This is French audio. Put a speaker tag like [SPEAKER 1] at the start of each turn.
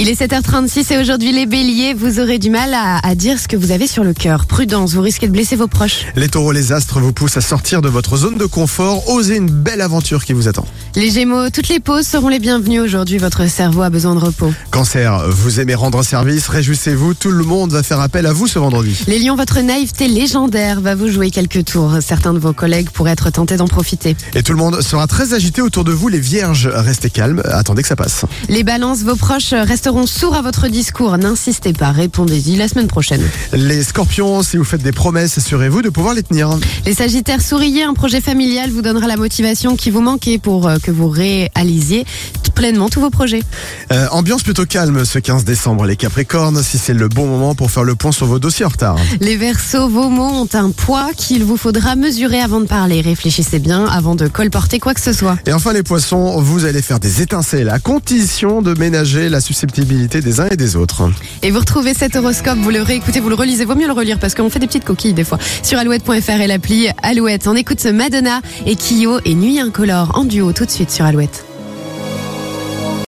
[SPEAKER 1] Il est 7h36 et aujourd'hui les béliers, vous aurez du mal à, à dire ce que vous avez sur le cœur. Prudence, vous risquez de blesser vos proches.
[SPEAKER 2] Les taureaux, les astres vous poussent à sortir de votre zone de confort. Osez une belle aventure qui vous attend.
[SPEAKER 1] Les gémeaux, toutes les pauses seront les bienvenues aujourd'hui, votre cerveau a besoin de repos.
[SPEAKER 2] Cancer, vous aimez rendre service, réjouissez-vous, tout le monde va faire appel à vous ce vendredi.
[SPEAKER 1] Les lions, votre naïveté légendaire va vous jouer quelques tours. Certains de vos collègues pourraient être tentés d'en profiter.
[SPEAKER 2] Et tout le monde sera très agité autour de vous. Les vierges, restez calmes, attendez que ça passe.
[SPEAKER 1] Les balances, vos proches resteront sourds à votre discours. N'insistez pas, répondez-y la semaine prochaine.
[SPEAKER 2] Les scorpions, si vous faites des promesses, assurez-vous de pouvoir les tenir.
[SPEAKER 1] Les sagittaires, souriez, un projet familial vous donnera la motivation qui vous manquait pour euh, que vous réalisiez t- pleinement tous vos projets.
[SPEAKER 2] Euh, ambiance plutôt calme ce 15 décembre. Les capricornes, si c'est le bon moment pour faire le point sur vos dossiers en retard.
[SPEAKER 1] Les versos, vos mots ont un poids qu'il vous faudra mesurer avant de parler. Réfléchissez bien avant de colporter quoi que ce soit.
[SPEAKER 2] Et enfin les poissons, vous allez faire des étincelles à condition de ménager la susceptibilité des uns et des autres.
[SPEAKER 1] Et vous retrouvez cet horoscope, vous le réécoutez, vous le relisez, vaut mieux le relire parce qu'on fait des petites coquilles des fois. Sur alouette.fr et l'appli Alouette. On écoute Madonna et Kyo et Nuit Incolore en duo tout de suite sur Alouette.